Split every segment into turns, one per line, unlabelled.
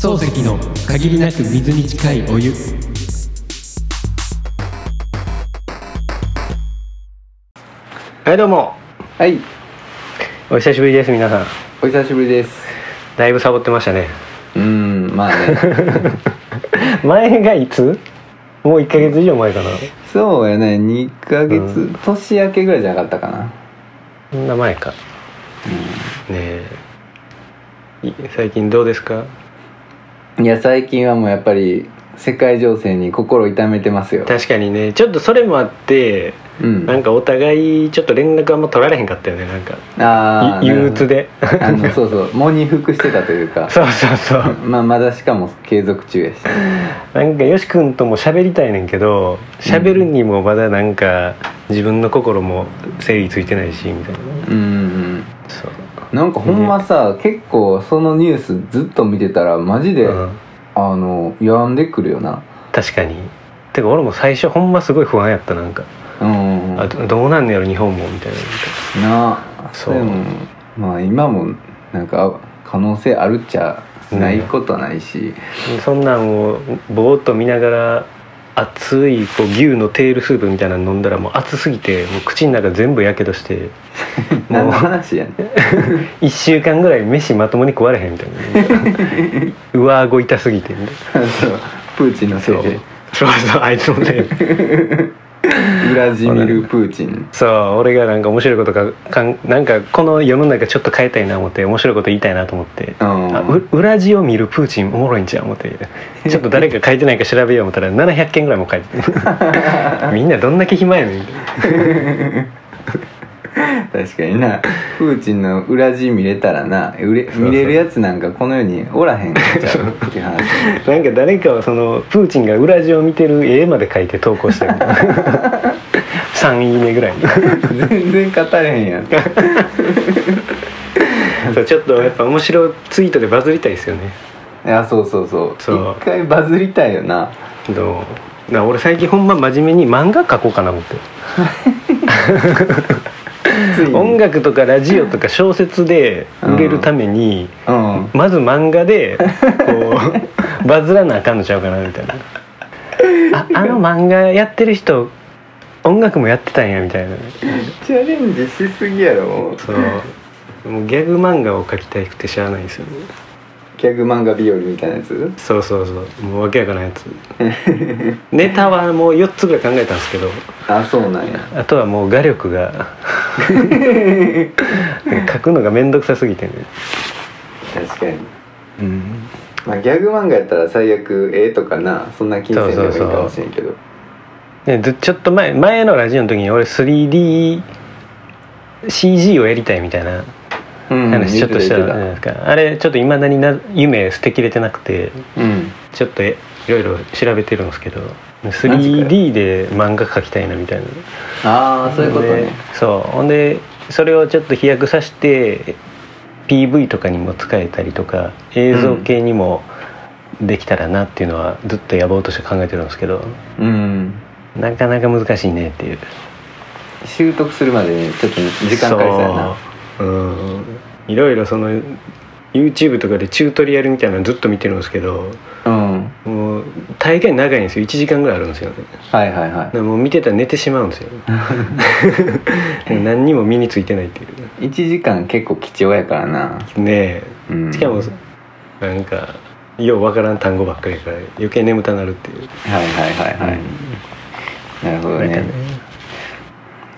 漱石の限りなく水に近いお湯
はいどうも
はい、
お久しぶりです皆さん
お久しぶりです。
だいぶサボってましたね
うーん、まあね。
前がいつもう1ヶ月以上前かな
そうやね、2ヶ月、
う
年明けぐらいじゃなかったかな。
そんな前かねえい最近どうですか
いや、最近はもうやっぱり、世界情勢に心痛めてますよ。
確かにねちょっとそれもあって
うん。
なんかお互いちょっと連絡あんま取られへんかったよねなんか
ああ、
い憂鬱で
なるほど。あの、そうそう、喪に服してたというか、
そうそうそう
まあ、まだしかも継続中やし。
なんかよし君とも喋りたいねんけど喋るにもまだなんか自分の心も整理ついてないしみたいな
うんうん
そう
うん。なんかほんまさ、結構そのニュースずっと見てたら、マジで、
うん
あの、病んでくるよな。
確かにてか俺も最初ほんますごい不安やったなんか、
うんうんうん。
あどどうなんのやろ日本もみたいな
なあ
そう
でもまあ今もなんか可能性あるっちゃないことはないし、
そんなんをぼーっと見ながら熱いこう牛のテールスープみたいなの飲んだらもう熱すぎてもう口の中全部やけどして
何
も
の
う
話やねん
1週間ぐらい飯まともに食われへんみたいな上顎痛すぎてみたい
そうプーチンの
なそ
せいうで
そうそうあいつもね
ウラジミル・プーチン
そう俺がなんか面白いことかかんなんかこの世の中ちょっと変えたいな思って面白いこと言いたいなと思って
うん
あう裏地を見るプーチンおもろいんちゃう思ってちょっと誰か書いてないか調べよう思ったら700件ぐらいも書いてて みんなどんだけ暇やねん
確かになプーチンの裏地見れたらなうれ
う
見れるやつなんかこの世におらへんのちゃうっていう話
なんか誰かはそのプーチンが裏地を見てる絵まで書いて投稿してる 3いいねぐらい
全然語れへんやん
そうちょっとやっぱ面白いツイートでバズりたいですよね
いやそうそうそう
そう
一回バズりたいよな
どうだから俺最近ほんま真面目に漫画描こうかな思って
ついに
音楽とかラジオとか小説で売れるために、
うん
まず漫画でこうバズらなあかんのちゃうかなみたいなああの漫画やってる人音楽もやってたんやみたいな
チャレンジしすぎやろもう
そうもうギャグ漫画を描きたくてしゃあないんですよね
ギャグ漫画日和みたいなやつ
そうそうそうもうわけわからんやつネタはもう4つぐらい考えたんですけど
あそうなんや
あとはもう画力が書くのが面倒くさすぎてね
確かに、
うん
まあ、ギャグ漫画やったら最悪絵とかなそんな金銭でもいいかもしれんけど
ね、ずちょっと前前のラジオの時に俺 3DCG をやりたいみたいな
うん
話ちょっとしたじゃな
言
い
て
ですか、あれちょっといまだにな夢捨てきれてなくて
たうん
ちょっとえいろいろ調べてるんですけど
マジかよ
3D で漫画描きたいなみたいな
ああそういうこと
で
ね
そうほんでそれをちょっと飛躍させて PV とかにも使えたりとか映像系にもできたらなっていうのはずっと野望として考えてるんですけど、
うん
なかなか難しいねっていう
習得するまでにちょっと時間かかりそうやな
そううんいろいろその YouTube とかでチュートリアルみたいなのずっと見てるんですけど
うん
もう大概長いんですよ1時間ぐらいあるんですよね
はいはいは
だからもう見てたら寝てしまうん ですよ何にも身についてないってい
い1時間結構貴重やからな、
うね
うん、
えしかもなんかようわからん単語ばっかりやから余計眠たなるっていう
はいはいはいはい、なるほど
なんか
ね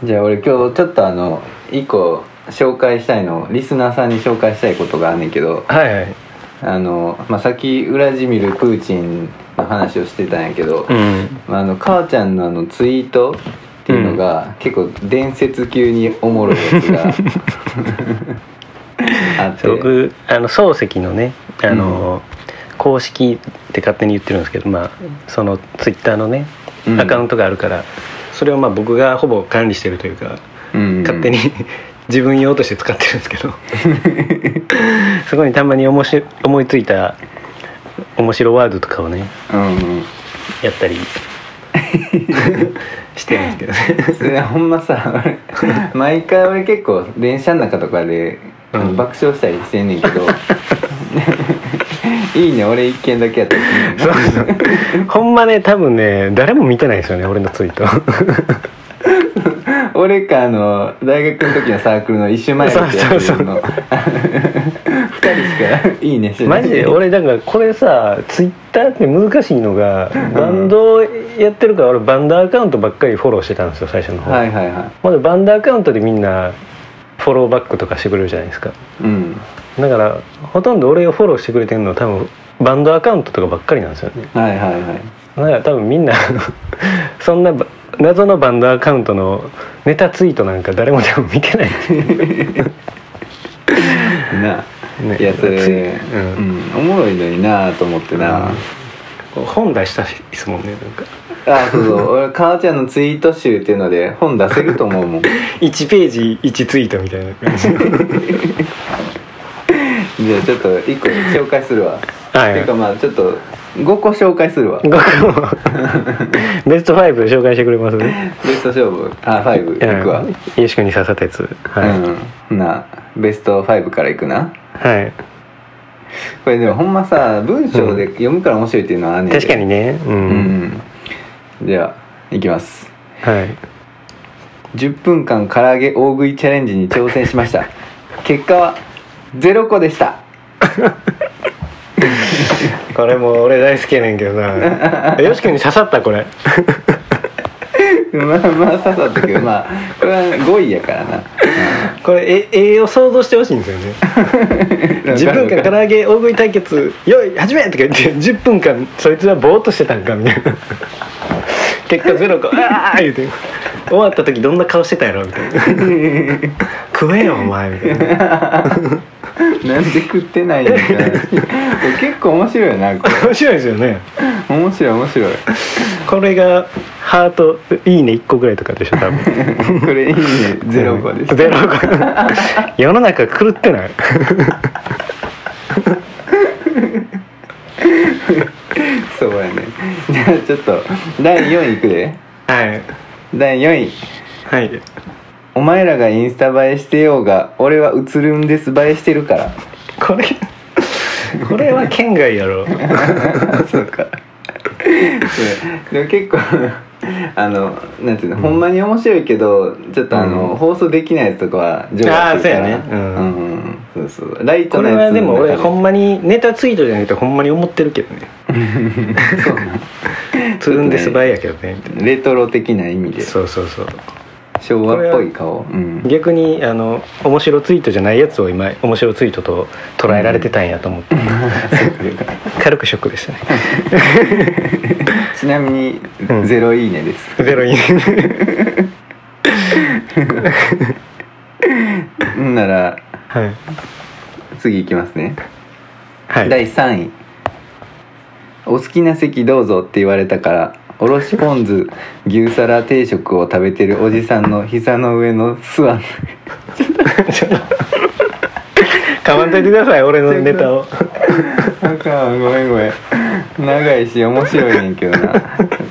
じゃあ俺今日ちょっとあの一個紹介したいのリスナーさんに紹介したいことがあんねんけど
はいはい
あの、まあ、さっきウラジミル・プーチンの話をしてたんやけど、
うん
まあ、あの母ちゃんのあのツイートっていうのが、結構伝説級におもろいやつ があって
すごくあの漱石のねあの、公式って勝手に言ってるんですけどまあそのツイッターのねアカウン
ト、
トがあるから、それをまあ僕がほぼ管理してるというか
うんうん
勝手に 自分用として使ってるんですけ どそこにたまにおもし思いついた面白ワードとかをね
うんうん
やっ たり してるんですけどね
それほんまさ 俺毎回俺結構電車の中とかで、
うん
爆笑したりしてんねんけどいいね俺一件だけやった
そうそうほんまね多分ね誰も見てないですよね俺のツイート
俺かあの大学の時のサークルの一周前のやつやってるの 二人しかいいねしてない
マジで俺だからこれさツイッターって難しいのがバンドやってるから俺バンドアカウントばっかりフォローしてたんですよ最初の方、
はいはいは
まだバンドアカウントでみんなフォローバックとかしてくれるじゃないですか
いうん
だからほとんど俺をフォローしてくれてるのは多分バンドアカウントとかばっかりなんですよね
はいはいはい
だから多分みんな そんなば謎のバンドアカウントのネタツイートなんか誰も多分見てない
なあ、
ね
いやそ
つ
れ、
いう
うん
ん
おもろいのになあと思ってな、
うん 本出したしですもんねなんか
あそうそう 俺母ちゃんのツイート集っていうので本出せると思うもんじゃ
1ページ1ツイートみたいな 感じ
あちょっと一個紹介するわ
はい
ていうかまあちょっと5個紹介するわ
僕も ベスト5紹介してくれますね
ベスト勝負あファイブいくわ、
よし君に刺さったやつはい、
うんなあベスト5からいくな
はい
これでもほんまさ文章で読むから面白いっていうのはあんねん
確かにねう、
うんん、じゃあいきます
はい
10分間唐揚げ大食いチャレンジに挑戦しました 結果は0個でした
これも俺大好きやねんけど なよし君に刺さったこれ
まあまあ刺さったけどまあこれは5位やからな
これえ絵を想像してほしいんですよね自分が唐揚げ大食い対決「よい始め!」とか言って10分間そいつはぼーっとしてたんかみたいな結果ゼロ個「ああ!」言うて終わった時どんな顔してたやろみたいな 「食えよお前」みたいな
なんで食ってないんだこれ結構面白いなこ
面白いですよね
れ面白い面白い
これがハート「いいね」1個ぐらいとかでしょ多分
これいいね0個でした
ゼロ 個世の中狂ってない
そうやねじゃあちょっと第4位いくで
はい
第4位
はい
お前らがインスタ映えしてようが俺はうつるんです映えしてるから
これこれは県外やろ
そうかでも結構 あのなんていうの、ほんまに面白いけどちょっとあの、
うん
放送できないやつとかは上
あーそうやね
う
うんん、
うん、そうそうライト
こ
な
れ
や
は
つ
でも俺ほ
ん
んまにネタツイートじゃなくてほんまに思ってるけどねつるんですばいやけどねみたい
レトロ的な意味で
なそうそうそう
昭和っぽい顔、うん、
逆にあの面白ツイートじゃないやつを今面白ツイートと捉えられてたんやと思って、軽くショックでしたね
ちなみに、
ん
ゼロいいねです
ゼロに
んなら
はい、
次いきますね、
はい、
第3位「お好きな席どうぞ」って言われたからおろしポン酢牛皿定食を食べてるおじさんの膝の上の座の
かまんといてください俺のネタ を
あかんごめんごめん長いし面白いねんけどなちょ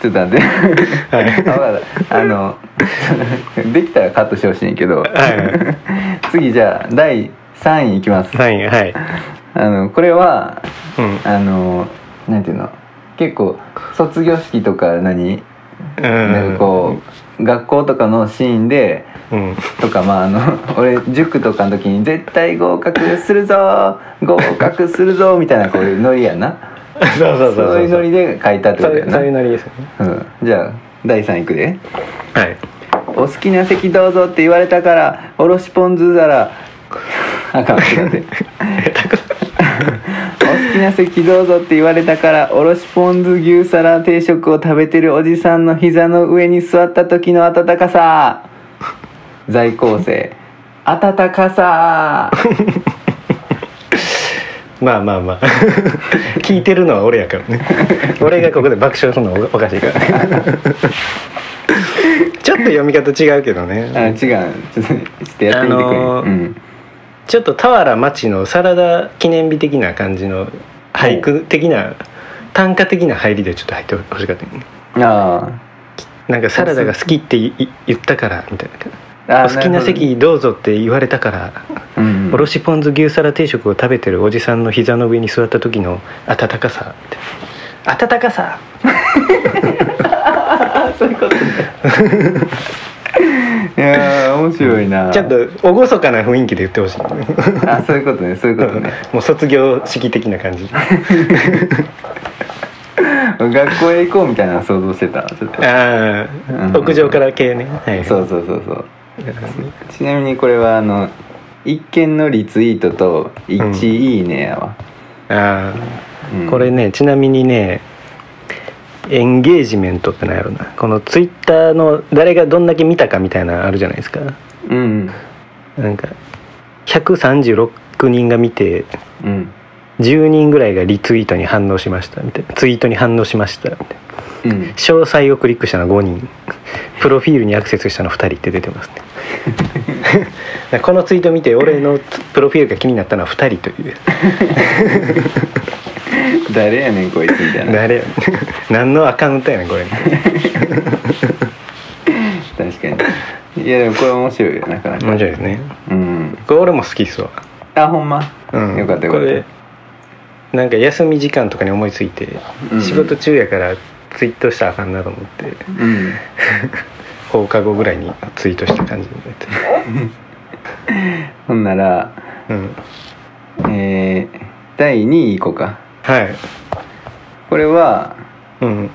っと待って、あまだあのできたらカットしてほしいねんけど、
は
次じゃあ第3位いきます、
はいはい
あのこれは
うん
あのなんていうの結構卒業式とか何なんかこう学校とかのシーンで
うん、
とかまああの 俺塾とかの時に「絶対合格するぞ合格するぞ」みたいなこういうノリやな
そうそうそうそう
そういうノリで書いたってこ
そ
と
うい
や
う
な
そういうノリですよね
うんじゃあ第3位いくで
はい
「お好きな席どうぞ」って言われたからおろしポン酢皿あかんちょっと待ってお好きな席どうぞって言われたからおろしポン酢牛皿定食を食べてるおじさんの膝の上に座った時の温かさ在校生温かさ
まあまあま あ聞いてるのは俺やから ね俺がここで爆笑するのはおかしいから ちょっと読み方違うけど
あ違う
ね
ちょっとちょっとやってみてくれ、
あのー
うん、
ちょっと俵原町のサラダ記念日的な感じの俳句的な短歌的な入りでちょっと入ってほしかったよね
あ
なんかサラダが好きっていい言ったからみたいな
あ
お好きな席どうぞって言われたから、
うん
おろしポン酢牛皿定食を食べてるおじさんの膝の上に座った時の温かさって温かさ
そういうことねいやー面白いな
ちょっと厳かな雰囲気で言ってほしい
あそういうことねそういうことね
もう卒業式的な感 じ
学校へ行こうみたいなの想像してたちょっと
あ
うん
あ屋上から系ね、はい、
そうそうそうそうちなみにこれはあの一件のリツイートと1いいねやわ、
あー
うん
これねちなみにねエンゲージメントってなんやろなこのツイッターの誰がどんだけ見たかみたいなのあるじゃないですか
うん
なんか136人が見て
うん
10人ぐらいがリツイートに反応しましたみたいなツイートに反応しましたみたいな
うん
詳細をクリックしたの5人プロフィールにアクセスしたの2人って出てますね だからこのツイート見て俺のプロフィールが気になったのは2人という
誰やねんこいつみたいな
誰や何のアカウントやねんこれ
確かにいやでもこれ面白いよなかなか
面白いですね
うん
これ俺も好きっすわ、
あほんま、
うん、
よかったよ
こ
かっ
れなんか休み時間とかに思いついて、
うん
仕事中やからツイートしたらあかんなと思って
たうん
放課後ぐらいにツイートした感じになって、
ほんなら
うん、
えー、第2位いこうか
はい
これは
うん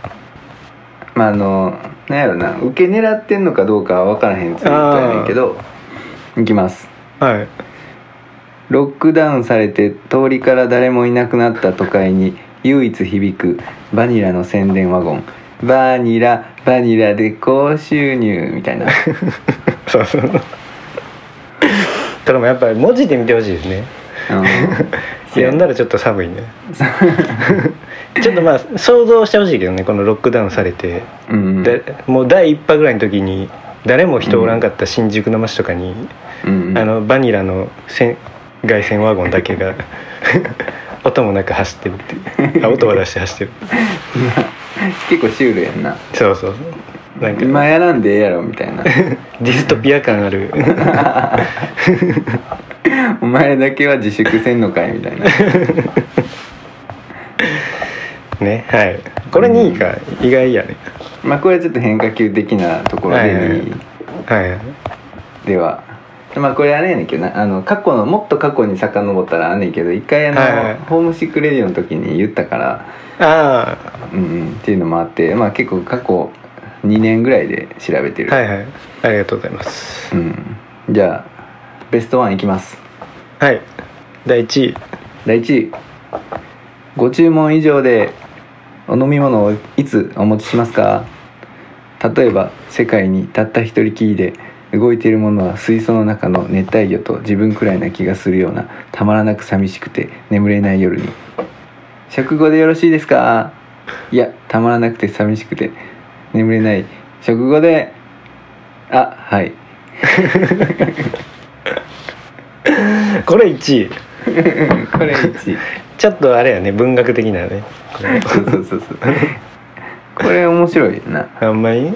まああのなんやろな受け狙ってんのかどうかは分からへんツイートやねんけどいきます
はい
ロックダウンされて通りから誰もいなくなった都会に唯一響くバニラの宣伝ワゴンバニラバニラで高収入み たいな
そうそうただもやっぱり文字で見てほしいですね読んだらちょっと寒い ねちょっとまあ想像してほしいけどねこのロックダウンされて、
うんうん
でもう第一波ぐらいの時に誰も人おらんかった新宿の街とかに、
うんうん
あのバニラのせん凱旋ワゴンだけが 音もなく走ってるっていうあ音は出して走ってる
結構シュールやんな
そうそうなんか
今やらんでええやろみたい な
ディストピア感ある
お前だけは自粛せんのかいみたい な
ねはいこれ2位か意外やね
まあこれはちょっと変化球的なところ
はいはいは
で
い
2位
はい
ではまあこれあれやねんけどなあの過去のもっと過去に遡ったらあんねんけど一回あの、
はいはい
ホームシックレディオの時に言ったから、
あ
うんうん、っていうのもあってまあ結構過去2年ぐらいで調べてる、
あはいはいありがとうございます
うん、じゃあベストワンいきます
はい第1位
第1位ご注文以上でお飲み物をいつお持ちしますか例えば世界にたった一人きりで動いているものは水槽の中の熱帯魚と自分くらいな気がするようなたまらなく寂しくて眠れない夜に食後でよろしいですかいやたまらなくて寂しくて眠れない食後であはい
これ1位
これ1位
ちょっとあれやね文学的なねこれ
そうそうそうそうこれ面白いな
あんまり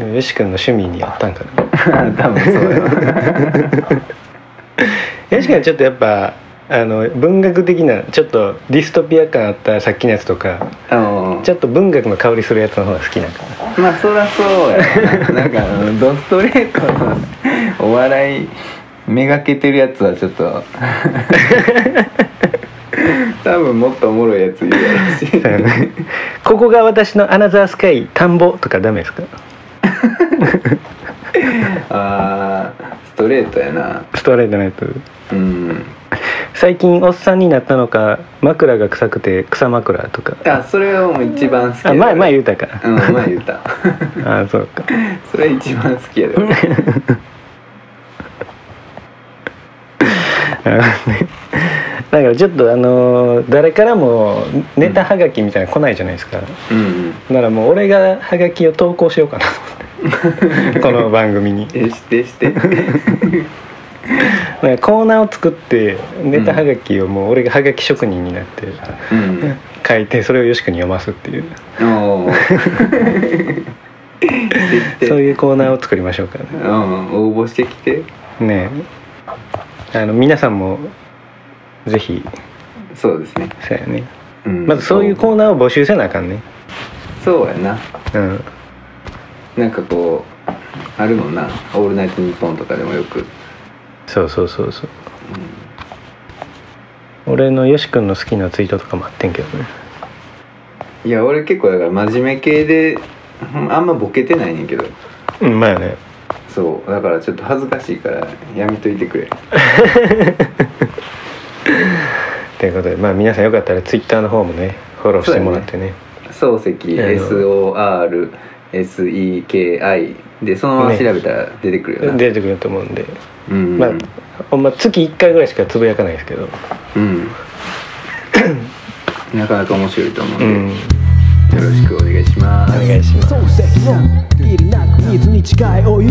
うん
よし君の趣味にあったんかな
多分そうやわ
よし君はちょっとやっぱあの文学的なちょっとディストピア感あったさっきのやつとか
あ の
ちょっと文学の香りするやつの方が好きなんかな
まあそらそうやななんかあのドストレートのお笑いめがけてるやつはちょっ と多分もっとおもろいやつ言うやろうし
ここが私のアナザースカイ田んぼとかダメですか
あーストレートやな
ストレートなやつ
うん
最近おっさんになったのか枕が臭くて草枕とか
あそれはもう一番好き
あ前前
言
言うたか
うん前言った
あそうか
それ一番好きやで俺
なるほどねだからちょっとあのー誰からもネタはがきみたいなの来ないじゃないですか、
うんうん
ならもう俺がはがきを投稿しようかなと思ってこの番組に
えしてして
だからコーナーを作ってネタはがきをもう俺がはがき職人になって
うん
書いてそれをよしくに読ますっていう
おーきて
そういうコーナーを作りましょうかね
うん応募してきて
ねえあの皆さんもぜひ
そうですね、
そうやね
うん
まずそういうコーナーを募集せなあかんね
そうやな
うん
なんかこうあるもんな「オールナイトニッポン」とかでもよく
そうそうそうそう、俺のよし君の好きなツイートとかもあってんけどね
いや俺結構だから真面目系でうんあんまボケてないねんけど
うんまあね
そうだからちょっと恥ずかしいからやめといてくれ
ということでまあ皆さんよかったらツイッターの方もねフォローしてもらってね
漱石
いやいや
SORSEKI でそのまま調べたら出てくるよな、
出てくると思うんで、
うん、
まあほんま月1回ぐらいしかつぶやかないですけど
うん、 なかなか面白いと思うん
うん
で、よろしくお願いします
お願いします
漱石の限りなく水に近いお湯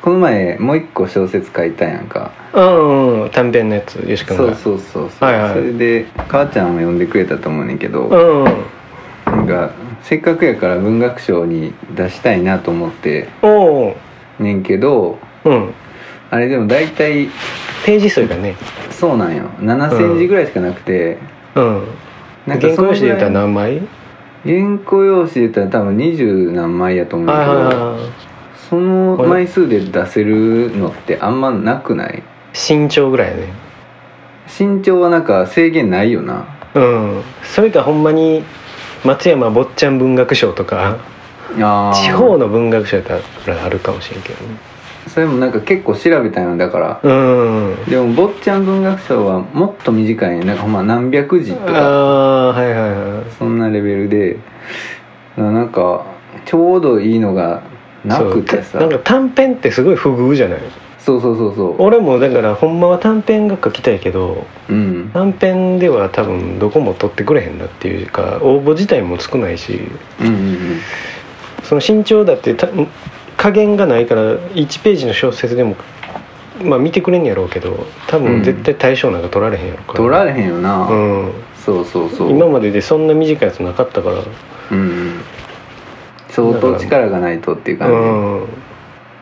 この前もう一個小説書いたやんか
うんうん短編のやつよし君
そう
が
そうそうそう、
はいはい
それで母ちゃんも呼んでくれたと思うねんけど、
うんうん
なんかせっかくやから文学賞に出したいなと思って
おお
ねんけど
うん
あれでも大体
ページ数がね
そうなんよ7センチぐらいしかなくて、
うん
なんか
原
そ
稿用
のぐらい
紙で言ったら何枚
原稿用紙で言ったら多分二十何枚やと思う
はいはい
けど
はい
その枚数で出せるのってあんまなくない
身長ぐらいやね
身長はなんか制限ないよな
うんそれかほんまに松山坊ちゃん文学賞とか
あー
地方の文学賞やったらあるかもしれんけどね
それもなんか結構調べたよだから
うん
でも坊ちゃん文学賞はもっと短いねなんかほんま何百字と
あ
か
あーはいはいはい
そんなレベルでななんかちょうどいいのがなくて
そ
さ
うたなんか短編ってすごい不遇じゃない
そうそうそうそ
俺もだからほんまは短編が書きたいけど
ううん
短編では多分どこも取ってくれへんなっていうか応募自体も少ないし
うんうん
その身長だってた加減がないから1ページの小説でもまあ見てくれんやろうけど多分絶対対象なんか取られへんやろ
う
か
ん取られへんよな、
うん
そうそうそう
今まででそんな短いやつなかったから
うんうん相当力がないとっていう感
うん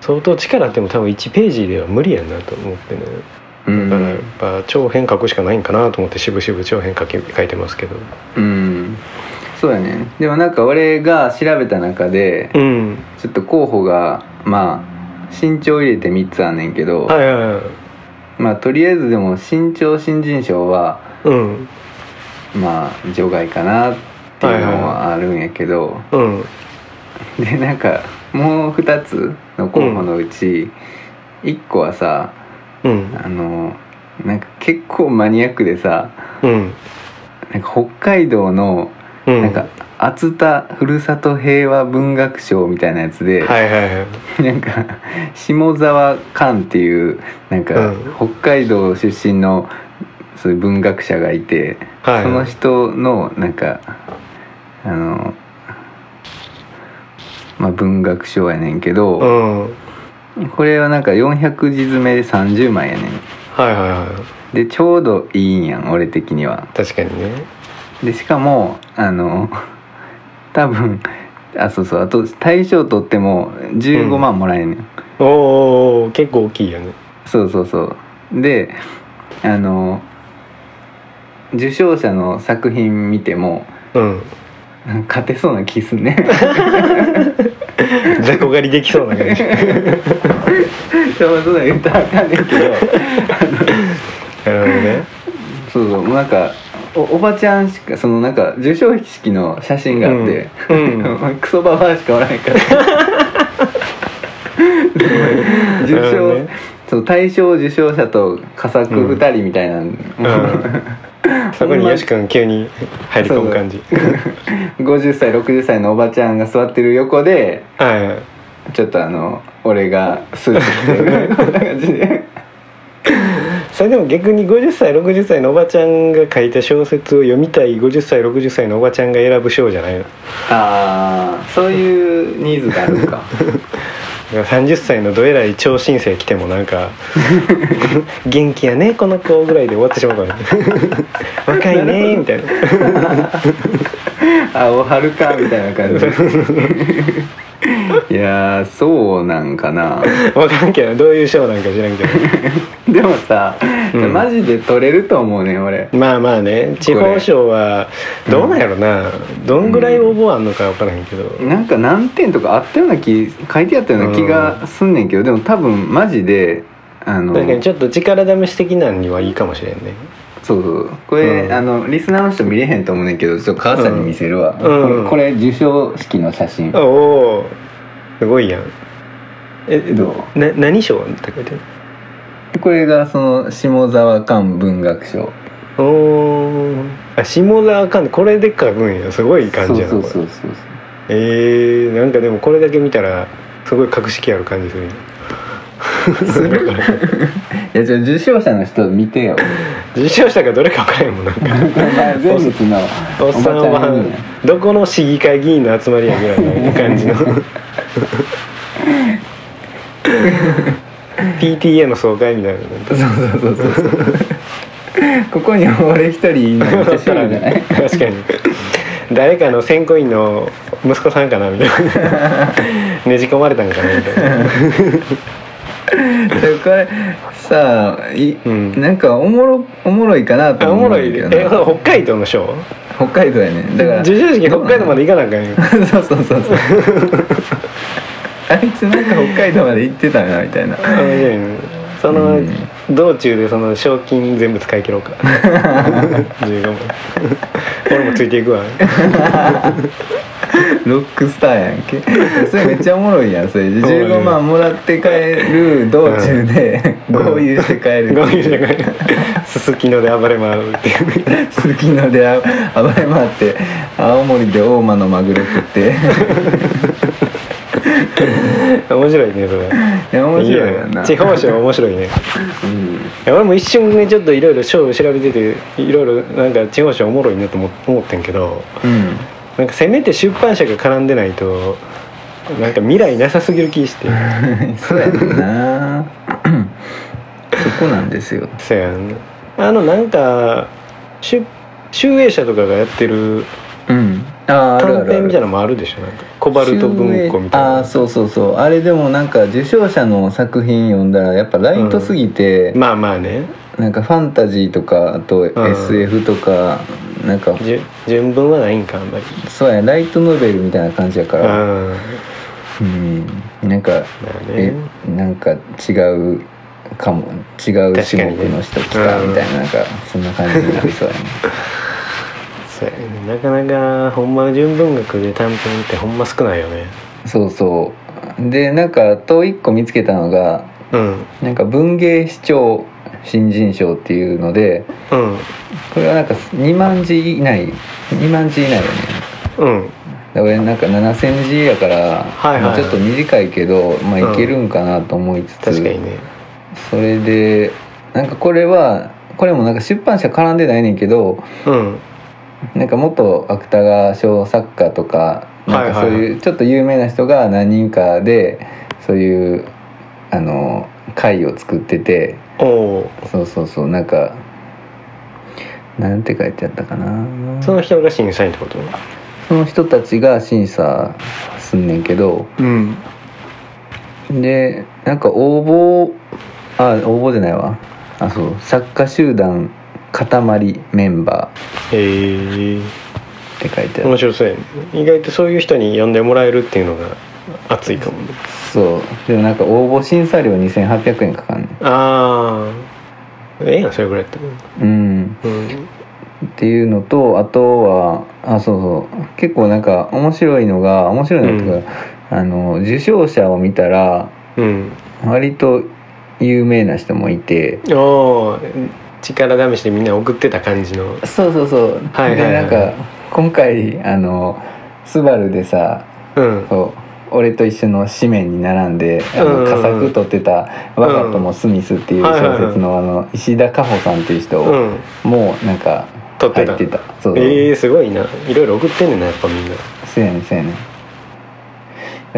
相当力あっても多分1ページでは無理やなと思ってね
じうん
だからやっぱ長編書くしかないんかなと思って渋々長編書き書いてますけど
うんそうやねでもなんか俺が調べた中で
うん
ちょっと候補がまあ身長入れて3つあんねんけど、
はいはいはい
まあとりあえずでも身長新人賞は
うん
まあ除外かなっていうのはあるんやけど、
うん
でなんかもう2つの候補のうち、1個はさ
うん
あのなんか結構マニアックでさ
うん
なんか北海道の
うん
なんか熱田ふるさと平和文学賞みたいなやつで、
はいはいはい
なんか下沢寛っていうなんか
うん
北海道出身のそういう文学者がいて、
はい
その人のなんかあの、まあ、文学賞やねんけ
う
ど、
んはい
これはなんか400字詰めで30枚やねん。
はいは
でちょうどいいんやん俺的には。
い確かにね
でしかもあの多分あそうそうあと大賞取っても15万もらえんねん、
おお結構大きいよね
そうそうそうであの受賞者の作品見ても
うん
勝てそうな気すんね
雑魚狩りできそうな感じな
そうそう言ったらあかんねんけど
るほどね
そうそうもうなんかおおばちゃんしかそのなんか授賞式の写真があって、
うんう
クソババアしかおらへんから
なるほ
受
ど
賞、
ね
その大賞受賞者と佳作2人みたいな、
うんそこによし君急に入り込む感じ
50歳60歳のおばちゃんが座ってる横で
はいはい
ちょっとあの俺がスーツ着てるぐらいのこんな感じ で
それでも逆に50歳60歳のおばちゃんが書いた小説を読みたい50歳60歳のおばちゃんが選ぶ賞じゃないの
ああそういうニーズがあるんか
30歳のどえらい超新星来てもなんか「元気やねこの子」ぐらいで終わってしまうからね若いねみたいな
あおはるかみたいな 感じいやーそうなんかな
分からんけどどういうショーなんか知らんけ ど
でもさ、
うん
マジで取れると思うねん俺
まあまあね地方賞はどうなんやろな、どんぐらい応募あんのか分からんけど、
なんか何点とかあったような気書いてあったような気がすんねんけど、でも多分マジであの
確かにちょっと力試し的なんにはいいかもしれんね
そうそうこれ、
うん
あのリスナーの人見れへんと思うねんけどちょっと母さんに見せるわ、
うん
これこれ授賞式の写真、
おおすごいやんえ
ど
な何賞って書いて
これがその下沢館文学賞
あるおーあ下田あかんこれで書くんやすごい感じやな
そ
こ
う
れ
そうそうそう
えー、なんかでもこれだけ見たらすごい格式ある感じするね
いやじゃ受賞者の人見 てよ
受賞者がどれか分からへんもんなんか
前日の
おっさん
おばちゃんに
はどこの市議会議員の集まりやぐらいの感じ の PTA の総会みたいなの
そうそうそうそうそう ここに俺一人いるのめっちゃシュールじゃない
確かに誰かの選考員の息子さんかなみたいな ねじ込まれたんかなみたいな
でこれさあい、
うん
なんかおもろおもろいかな
あ
と
おも
思うんだ
ろ
け
い
ど
で
な
え北海道のショー
北海道やねだから
授賞式北海道まで行かなあかんよ
そうそうそうそうあいつなんか北海道まで行ってたなみたいな
面白いねその道中でその賞金全部使い切ろ うか15万俺もついていくわ
ロックスターやんけそれめっちゃおもろいやんそれで
おもろい
15万もらって帰る道中で合流して帰る
ゴミじゃないすすきので暴れ回るっていう
好きのであ暴れ回って青森で大間のマグロ食って
面白いねそれ
いや面白いよな
地方賞面白いね
うん
いや俺も一瞬ねちょっといろいろ賞を調べてていろいろなんか地方賞おもろいなと思思ってんけど
うん
なんかせめて出版社が絡んでないとなんか未来なさすぎる気して
そうやんな そこなんですよ
そやんあのなんか出集英社とかがやってる
うんあーあるあ
短
るあ
編みたいな
る
のもあるでしょなんかコバルト文庫みたい
あー
な
そうそうそうあれでもなんか受賞者の作品読んだらやっぱライトすぎて、
まあまあね
なんかファンタジーとかあと SF とか、なんか
じゅ順文はないんかあんまり
そうやライトノベルみたいな感じやか
うん
らうんなんか、
だよ
え
ね
なんか違うかも違う種目の人
確
来
か
た
にね
みたいな,、なんかそんな感じになりそうや ね
そうやねなかなかほんま純文学で短編ってほんま少ないよね
そうそうでなんかあと一個見つけたのが
うん
なんか文芸市長新人賞っていうので
うん
これはなんか2万字以内2万字以内よね
うん
だからなんか7,000字やから、
はいはいはい
まあちょっと短いけど、まあ、
うん
いけるんかなと思いつつ、
確かにね
それでなんかこれはこれもなんか出版社絡んでないねんけど
うん
なんか元芥川賞作家とかなんかそ
はい
う
はい
いうちょっと有名な人が何人かでそういうあの会を作ってて
おお
そうそうそうなんかなんて書いてあったかな
その人が審査員ってこと
その人たちが審査すんねんけど
うん
でなんか応募あ応募じゃないわあそう作家集団塊メンバ
へえ
ーって書いてある
面白そうやね意外とそういう人に呼んでもらえるっていうのが熱いかもね
そうでもなんか応募審査料2800円かかんねん
ああええやんそれぐらいやって
うん
うん
っていうのとあとはあそうそう結構なんか面白いのが面白いのっていうか、あの受賞者を見たら
うん
割と有名な人もいて
おー力試しでみんな送ってた感じの
そうそうそう、
はいはいはい
でなんか今回あのスバルでさ
うん
そう俺と一緒の紙面に並んであ
うんうんう
の
ん
佳作取ってた「我が友スミス」っていう小説のあの石田果歩さんっていう人
うん
もうなんか
撮って
入
た
ってたそうそう
ええすごいないろいろ送ってんねんなやっぱみんな
せやねんせやねん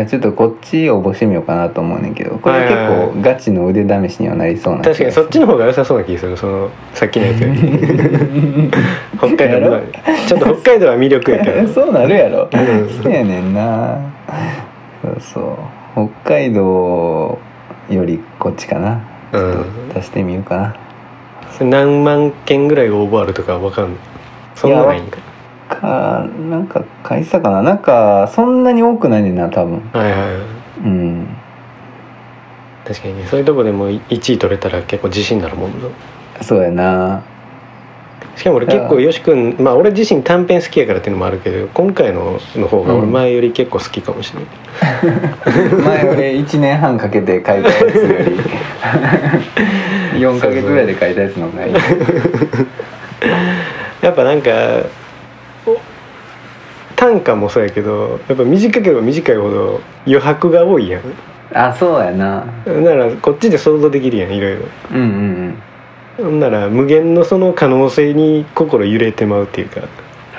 やちょっとこっちを募してみようかなと思うねんけどこれ結
はいはいは
構ガチの腕試しにはなりそうな気が
確
す
かに
る
そっちの方が良さそうな気がするそのさっきのやつより北海道
や
はちょっと北海道は魅力やから
そうなるやろ
うん
そうやねんなそうそう北海道よりこっちかなちょっと出してみようかな、
それ何万件ぐらい応募あるとかわかんないそんなないんか
かなんか返したかななんかそんなに多くないねんな多分
はいはいはい
うん
確かにねそういうとこでも1位取れたら結構自信になるもんな
そうやな
しかも俺結構よし君まあ俺自身短編好きやからっていうのもあるけど今回のの方が俺前より結構好きかもしれない、
前俺1年半かけて書いたやつより 4ヶ月ぐらいで書いたやつの方がいい
やっぱなんかお短歌もそうやけどやっぱ短ければ短いほど余白が多いやん
あそうやな
ならこっちで想像できるやんいろい
うんうんうん
ろほんなら無限のその可能性に心揺れてまうっていうか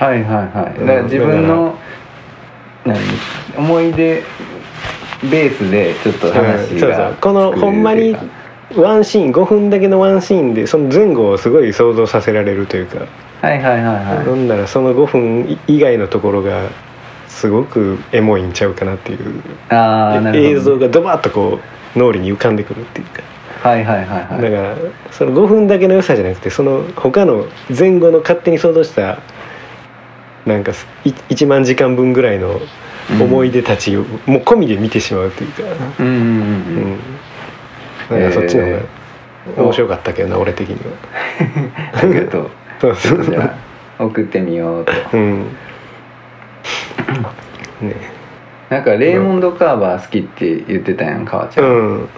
はいはいはいだから自分の何思い出ベースでちょっと
う
話
んそうそ
が
うこの
作れるっていうか
ほんまにワンシーン5分だけのワンシーンでその前後をすごい想像させられるというか
はいはいはい
な
は
んならその5分以外のところがすごくエモいんちゃうかなっていう
いああなるほど
映像がドバッとこう脳裏に浮かんでくるっていうか、
はいはいはいはい
だからその5分だけの良さじゃなくてその他の前後の勝手に想像したなんかい1万時間分ぐらいの思い出たちを、もう込みで見てしまうというか、
うんうんう
うん
うん
ん、なんかそっちの方
え
が面白かったけどな、俺的には。
ありがとう
そうそう
じゃあ送ってみようと
うんね
なんかレーモンド・カーバー好きって言ってたやんかわち
う
ゃん、
ん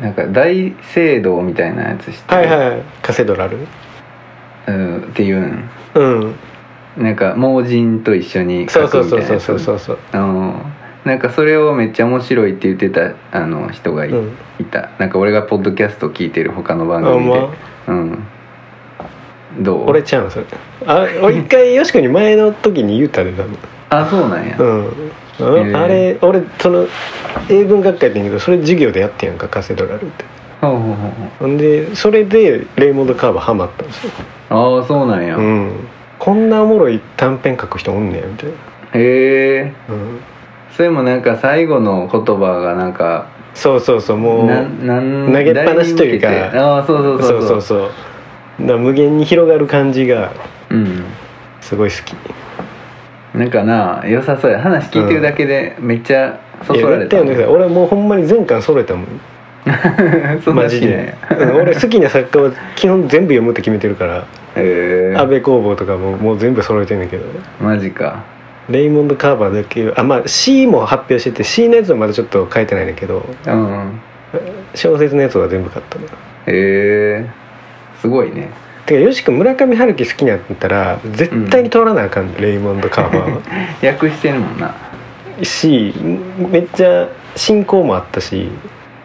なんか大聖堂みたいなやつして、
はいはいカセドラル
うん、っていうん
うん
なんか盲人と一緒に
そ
書
うそ
く
う
み
そ
たいうな
そ
や
う
つ
そうそうそう
うんなんかそれをめっちゃ面白いって言ってたあの人がい,、
うん
たなんか俺がポッドキャスト聞いてる他の
あ
番
ん
組で
ま
うんどう
俺ちゃうんそれあ俺一回よしこに前の時に言うたで多分
あそうなんや、
うん
へえ
ああれ俺その英文学会って言うんやけどそれ授業でやってんやんかカセドラルって
ほうほうほうほう
ほんでそれでレイモンド・カーバーハマったんですよ、
ああそうなんや、
うん、こんなおもろい短編書く人おんねやみたいな、
へえ
うん、
それもなんか最後の言葉がなんか
そうそうそうもう
なんなん
投げっぱなしというか
誰に向けてああそうそ
そうう
そ
そうう
そ
そうだから無限に広がる感じが
ううん
すごい好き
なんかな良さそうや話聞いてるだけでめっちゃそ そられた、
いや絶対読んでください俺もうほんまに全巻揃えたもん
そん
マ
な好
ジ
きなん
で
や
うん俺好きな作家は基本全部読むって決めてるから
へえ
安部公房とかももう全部揃えてんだけど
マジか
レイモンド・カーバーだけあまあ C も発表してて C のやつはまだちょっと書いてないんだけど
うん
小説のやつは全部買ったの
へえすごいね
てかよし君村上春樹好きになったら絶対に通らなあかん、レイモンド・カーバー
訳してるもんな
は しめっちゃ進行もあったし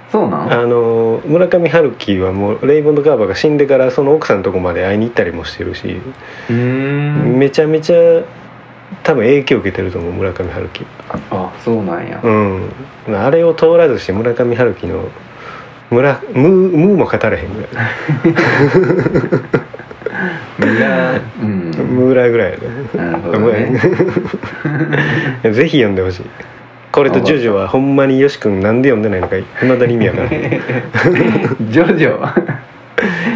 そうなん
あの村上春樹はもうレイモンド・カーバーが死んでからその奥さんのとこまで会いに行ったりもしてるし、
うーん
めちゃめちゃ多分影響受けてると思う村上春樹
あそうなんや
うんあれを通らずして村上春樹の村ムームーも語れへんぐらい
いやうん
ムーラーぐらいやね
なるほどね
いやぜひ読んでほ しいこれとジョジョはほんまによし君なんで読んでないのかいまだに意味わからない
ジョ ジョ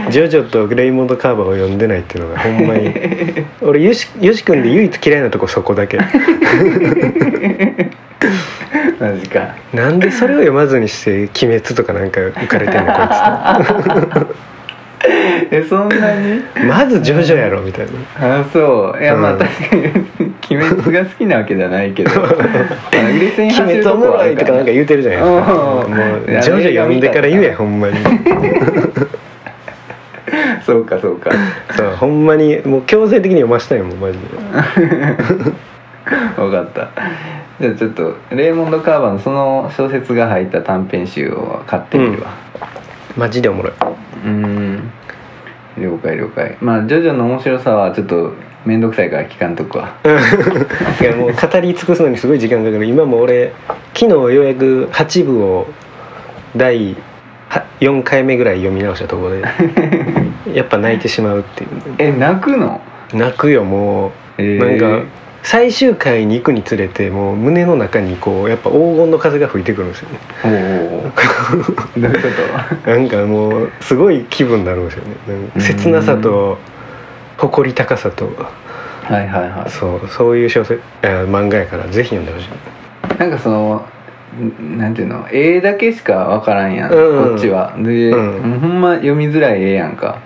ジョジョとレイモンド・カーバーを読んでないっていうのがほんまに俺よしよし君で唯一嫌いなとこそこ だけ
マジか
なんでそれを読まずにして「鬼滅」とかなんか浮かれてんのこいつと
えそんなに
まずジョジョやろみたいな
あそういやまあ
うん
確かに「鬼滅」が好きなわけじゃな いけどあグリスに
「
走
鬼滅
ると
お
こ
も
はあ
ろ
る
い」とかなんか言うてるじゃないです
おうお
か
う
もう
いや
ジョジョ読んでから言えほんまに
そうかそうか
そうほんまにもう強制的に読ましたいもんマジで
分かったじゃあちょっとレイモンド・カーバーのその小説が入った短編集を買ってみるわ
マジでおもろい
うんん了解了解まあジョジョの面白さはちょっと面倒くさいから聞かんとくわ
いやもう語り尽くすのにすごい時間かかる今も俺昨日ようやく8部を第4回目ぐらい読み直したと ころでやっぱ泣いてしまうっていう
え泣くの
泣くよもう、
え
なん
ー
か最終回に行くにつれてもう胸の中にこうやっぱ黄金の風が吹いてくるんですよね
おうおうおう どういうこ
なんかもうすごい気分になるんですよねなんか切なさと誇り高さと
とはいはいは
そうそういう小説あ漫画やからぜひ読んでほしい
いなんかそのんなんていうの絵だけしかわからんやん、
うん
こっちはで、
う
ほんま読みづらい絵やんか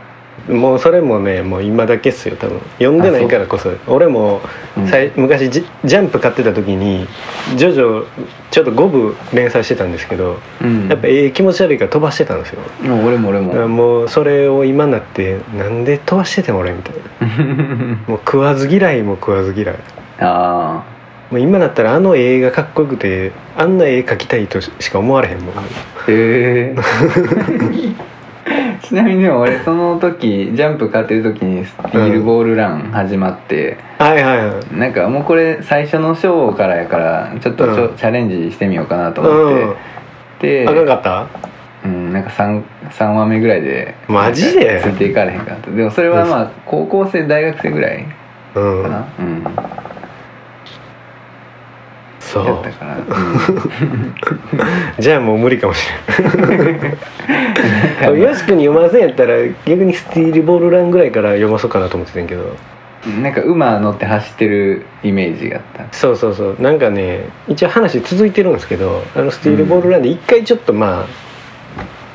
もうそれもねもう今だけっすよ多分読んでないからこそ俺も
うん
さい、昔ジ「ジャンプ」買ってた時に「ジョジョ」ちょっと5部連載してたんですけど
うん
やっぱええ気持ち悪いから飛ばしてたんですよ、
もう俺も俺
だから
も
もうそれを今になってなんで飛ばしててん俺みたいなもう食わず嫌いも食わず嫌い
あ
もう今だったらあの映画かっこよくてあんな絵描きたいとししか思われへんもん
あへえ ちなみにでも俺その時ジャンプ買ってる時にスティールボールラン始まって、
はいはいはい
なんかもうこれ最初の章からやからちょっとちょ、
うん
チャレンジしてみようかなと思って、
うん
で
あかんかった
うん、なんか 3, 三話目ぐらいで
マジで
ついていかれへんかったでもそれはまあ高校生大学生ぐらい
うん
かなうんや
そう
ったかな、うん、
じゃあもう無理かもし れないよし君に読ませんやったら逆に「スティールボールラン」ぐらいから読まそうかなと思ってたんやけど
なんか馬乗って走ってるイメージがあった
そうそうそうなんかね一応話続いてるんですけどあの「スティールボールラン」で一回ちょっとまあ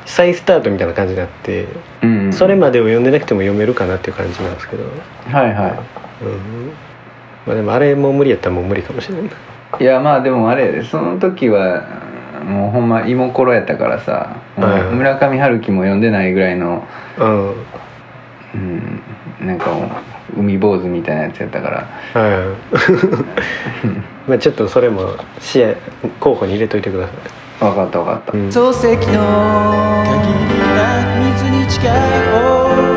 再スタートみたいな感じになって
うんうん
それまでを読んでなくても読めるかなっていう感じなんですけど、う
はいは
んまあ、でもあれも無理やったらもう無理かもしれない
いいやまあでもあれやでその時はもうほんま芋ころやったからさ、
うん
もう村上春樹も読んでないぐらいの
うんはい
うんなんかもう海坊主みたいなやつやったから
まあちょっとそれも視野候補に入れといてくださ
分かった分かった
い、うん
漱石の限りなく水に近い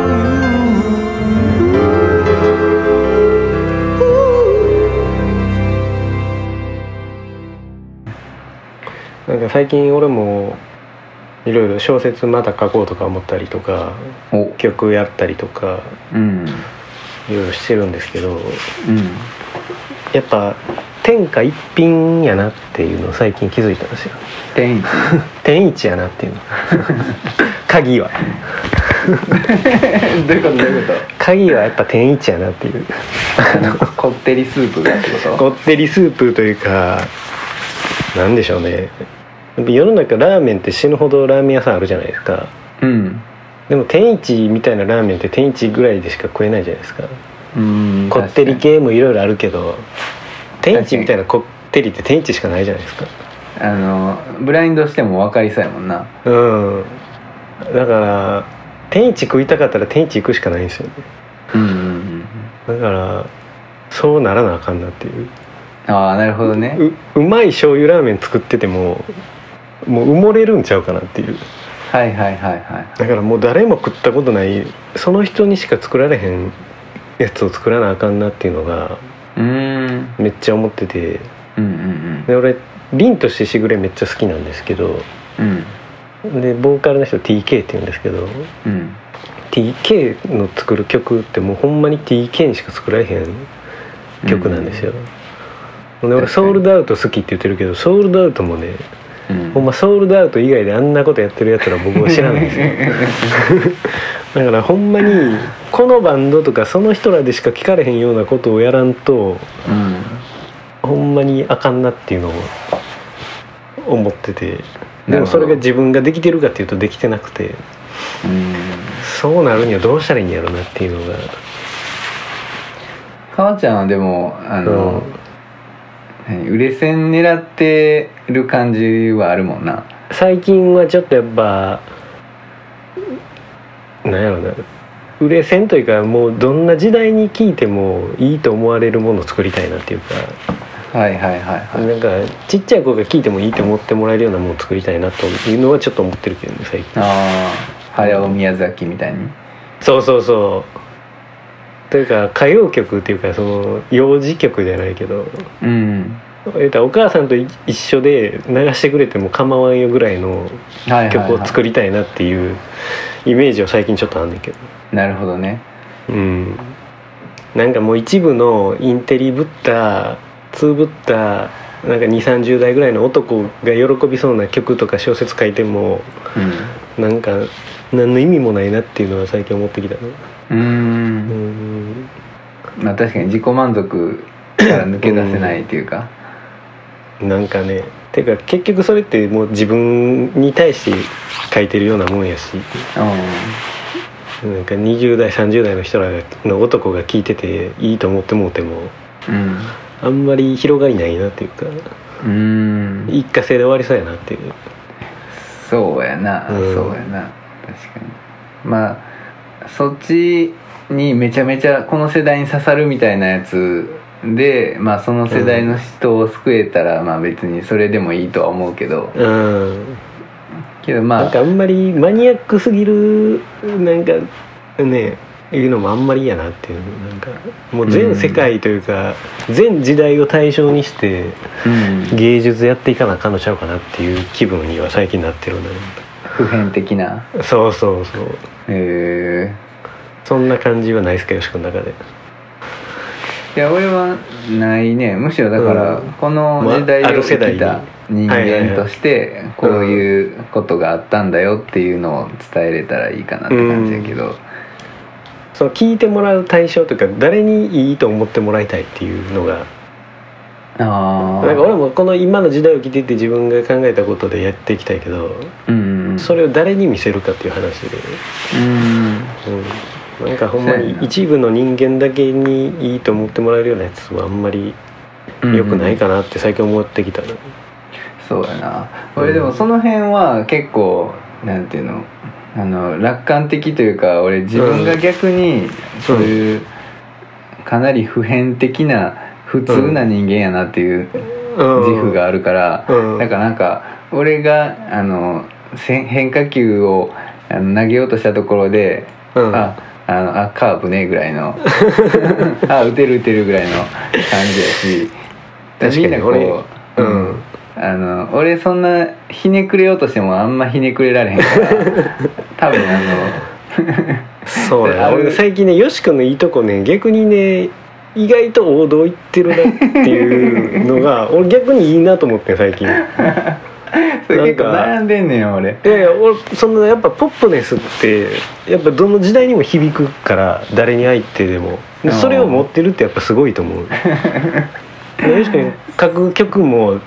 なんか最近俺もいろいろ小説また書こうとか思ったりとか
お
曲やったりとか
うん
いろいろしてるんですけど
うん
やっぱ天下一品やなっていうのを最近気づいたんですよ
天一
天一やなっていうの鍵は
どういうことどういうこ
鍵はやっぱ天一やなっていう
とあのこってりスープがってこと
こってりスープというかなんでしょうねやっぱ世の中ラーメンって死ぬほどラーメン屋さんあるじゃないですか
うん
でも天一みたいなラーメンって天一ぐらいでしか食えないじゃないですか
うん
こってり系もいろいろあるけど天
確か
一
に
みたいなこってりって天一しかないじゃないですか
あのブラインドしても分かりそうやもんな
うんだから天一食いたかったら天一行くしかないんですよね
うんうんうん
だからそうならなあかんなっていう
ああなるほどね
ううまい醤油ラーメン作っててももう埋もれるんちゃうかなっていう
はいはいはいはい
だからもう誰も食ったことないその人にしか作られへんやつを作らなあかんなっていうのが
うーん
めっちゃ思ってて
うんうん
で俺凛としてしぐれめっちゃ好きなんですけど
うんうん
でボーカルの人 TK って言うんですけど
うん
TK の作る曲ってもうほんまに TK にしか作られへん曲なんですよ、で
確か
俺
に
ソールドアウト好きって言ってるけどソールドアウトもね
うん
ほんまソールドアウト以外であんなことやってるやつら僕は知らないん ですよだからほんまにこのバンドとかその人らでしか聞かれへんようなことをやらんと
うん
ほんまにあかんなっていうのを思っててで
なるほど
もそれが自分ができてるかっていうとできてなくて
うん
そうなるにはどうしたらいいんやろうなっていうのが
かわちゃんはでもあ
あ
の
の
何売れ線狙ってる感じはあるもんな
最近はちょっとやっぱなんやろな売れ線というかもうどんな時代に聞いてもいいと思われるものを作りたいなっていうか
はいはいはいはい
なんかちっちゃい子が聞いてもいいと思ってもらえるようなものを作りたいなというのはちょっと思ってるけどね最近
ああ早尾宮崎みたいに
そうそうそというか歌謡曲っていうかその幼児曲じゃないけど
うん
言うたらお母さんとい一緒で流してくれても構わんよぐらいの
はいはい、
曲を
は
作りたいなっていうイメージは最近ちょっとあんねんけど
い、なるほどね
うんなんかもう一部のインテリぶった通ぶったなんか2 3 0代ぐらいの男が喜びそうな曲とか小説書いてもなんか何の意味もないなっていうのは最近思ってきたね
うん
う
うん
ん
まあ確かに自己満足から抜け出せないというか、
なんかねてか結局それってもう自分に対して書いてるようなもんやし
う
なんか20代30代の人らの男が聞いてていいと思ってもうても
ん
あんまり広がりないなっていうか
うん、うん、
一過性で終わりそうやなっていう
そうやな、
うん
そうやな確かにまあそっちにめちゃめちゃこの世代に刺さるみたいなやつでまあその世代の人を救えたら、まあ別にそれでもいいとは思うけど
うん
けどま
なん
あ
かあんまりマニアックすぎるなんかねいうのもあんまり嫌なっていうなんかもう全世界というか、全時代を対象にして
うん
芸術やっていかなあかんのちゃうかなっていう気分には最近なってるんだね
普遍的な
そうそうそう
へ
そんな感じはないですかよし君の中で
えいや俺はないねむしろだから、
うん
この時代
まああ
を
る世
生
代
き
に
た人間としてこういうことがあったんだよっていうのを伝えれたらいいかなって感じやけど、
その聞いてもらう対象というか誰にいいと思ってもらいたいっていうのが
ああ
なんか俺もこの今の時代を生きてて自分が考えたことでやっていきたいけど
うん
それを誰に見せるかっていう話で、
うん
うん、なんかほんまに一部の人間だけにいいと思ってもらえるようなやつはあんまり
うん
良くないかなって最近思ってきたな
そうやな俺でもその辺は結構なんていうのあの楽観的というか俺自分が逆にそういうかなり普遍的な普通な人間やなっていう自負があるから、
うん
だからなんか俺があのせん変化球をあの投げようとしたところで、
うん
ああのあカーブねぐらい のあ打てる打てるぐらいの感じやし
確かに
みんなこう、
うん
あの俺そんなひねくれようとしてもあんまひねくれられへんから 多分あの
そう
あ
や
れ
俺最近ねよし君のいいとこね逆にね意外と王道行ってるなっていうの が俺逆にいいなと思って最近いや
それ結構
なんか
悩んでんねん俺
いや俺そのやっぱポップネスってやっぱどの時代にも響くから誰に入ってでもでそれを持ってるってやっぱすごいと 思うでよし君各曲も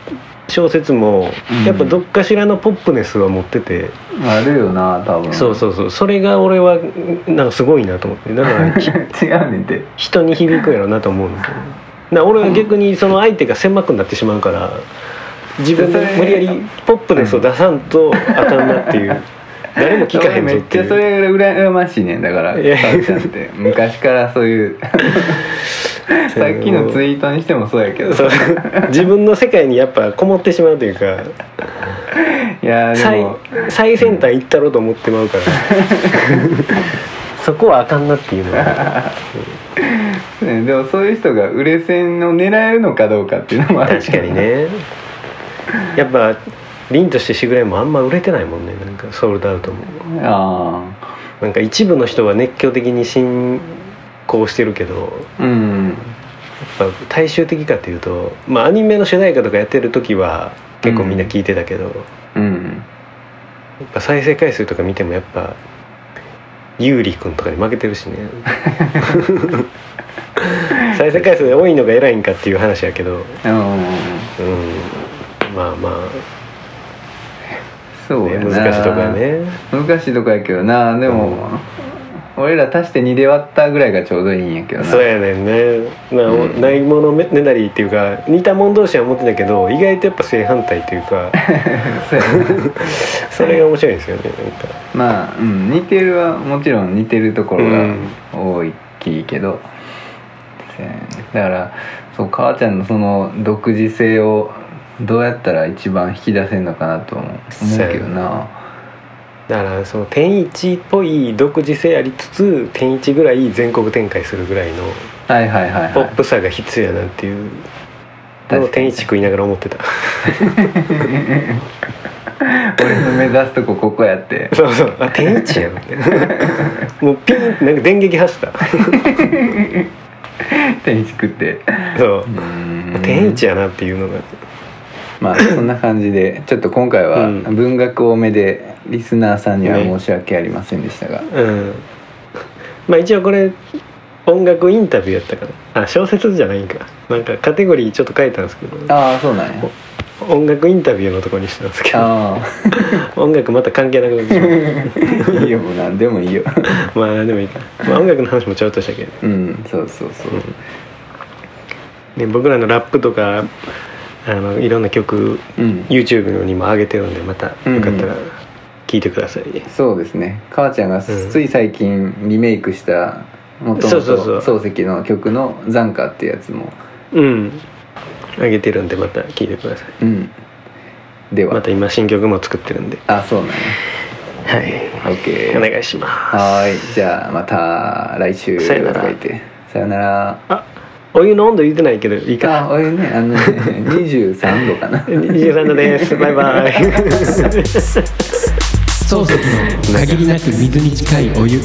小説も
うん
やっぱどっかしらのポップネスは持ってて、
あるよな多分
そう
う
そうそうそれが俺はなんかすごいなと思ってだから
違うねんて
人に響くやろなと思うんですよねだから俺は逆にその相手が狭くなってしまうから自分で無理やりポップネスを出さんと当たんなっていう誰も聞かへんぞっ
めってちゃそ
いう
れぐらい羨ましいねんだから
いや
かおちゃ んって昔からそういうさっきのツイートにしてもそうやけど
そう自分の世界にやっぱこもってしまうというか
いやで
最
も
最先端行ったろうと思ってまうからそこはあかんなっていうのは
ねでもそういう人が売れ線を狙えるのかどうかっていうのもある
確かにねやっぱ凛としてしぐれもあんま売れてないもんねなんかソールドアウトも。
あ
なんか一部の人が熱狂的に信仰してるけど
あうん
やっぱ大衆的かというと、まあ、アニメの主題歌とかやってる時は結構みんな聞いてたけど、や
うん
っぱ再生回数とか見てもやっぱ優里君とかに負けてる しね再生回数多いのが偉いんかっていう話やけど、うん、
うん
まあまあ、
そう
ね
やな
難しいとこやね
難しいとこやけどなでも、俺ら足して2で割ったぐらいがちょうどいいんやけどな
そうやねんね、まあお
うん
ないものねねだりっていうか似たもん同士は思ってたけど意外とやっぱ正反対というか
そうやな
それが面白いんですよねなんか
まあ、うん、似てるはもちろん似てるところが大きいけど、せんだからそう母ちゃんのその独自性をどうやったら一番引き出せるのかなとも思うけどな
だからその天一っぽい独自性ありつつ天一ぐらい全国展開するぐらいの
はいはいはい、はい、
ポップさが必要やなっていうのを
確か
天
に
一食いながら思ってた
俺の目指すとこここや って
そうそうあ天一やんって もうピンってなんか電撃走った
天一 食って
そう天
天
一やなっていうのが
まあそんな感じでちょっと今回は
うん
文学多めでリスナーさんには申し訳ありませんでしたが、
うんまあ一応これ音楽インタビューやったからあ小説じゃないんかなんかカテゴリーちょっと変えたんですけど
ああそうなんや
音楽インタビューのとこにしたんですけど
あ
音楽また関係なくなってしまう
あ いいよもう何でもいいよ
まあでもいいか、まあ、音楽の話もちょっとしたけど、
うんそうそうそう、
ね、僕らのラップとかあのいろんな曲
うん、
YouTube にも上げてるんでまたよかったら聴いてください、
そうですね母ちゃんが
うん
つい最近リメイクしたもとも
そうそうそう
と漱石の曲の「残歌」っていうやつも、
うん上げてるんでまた聴いてください
うん、では、
また今新曲も作ってるんで
あそうなんや
はいお
OK
願いします
はーいじゃあまた来週
さよなら
とか言ってさよなら
あお湯の温度言ってないけどいいか
あ俺ねあの ね23度かな
23度ですバイバイ
漱石の限りなく水に近いお湯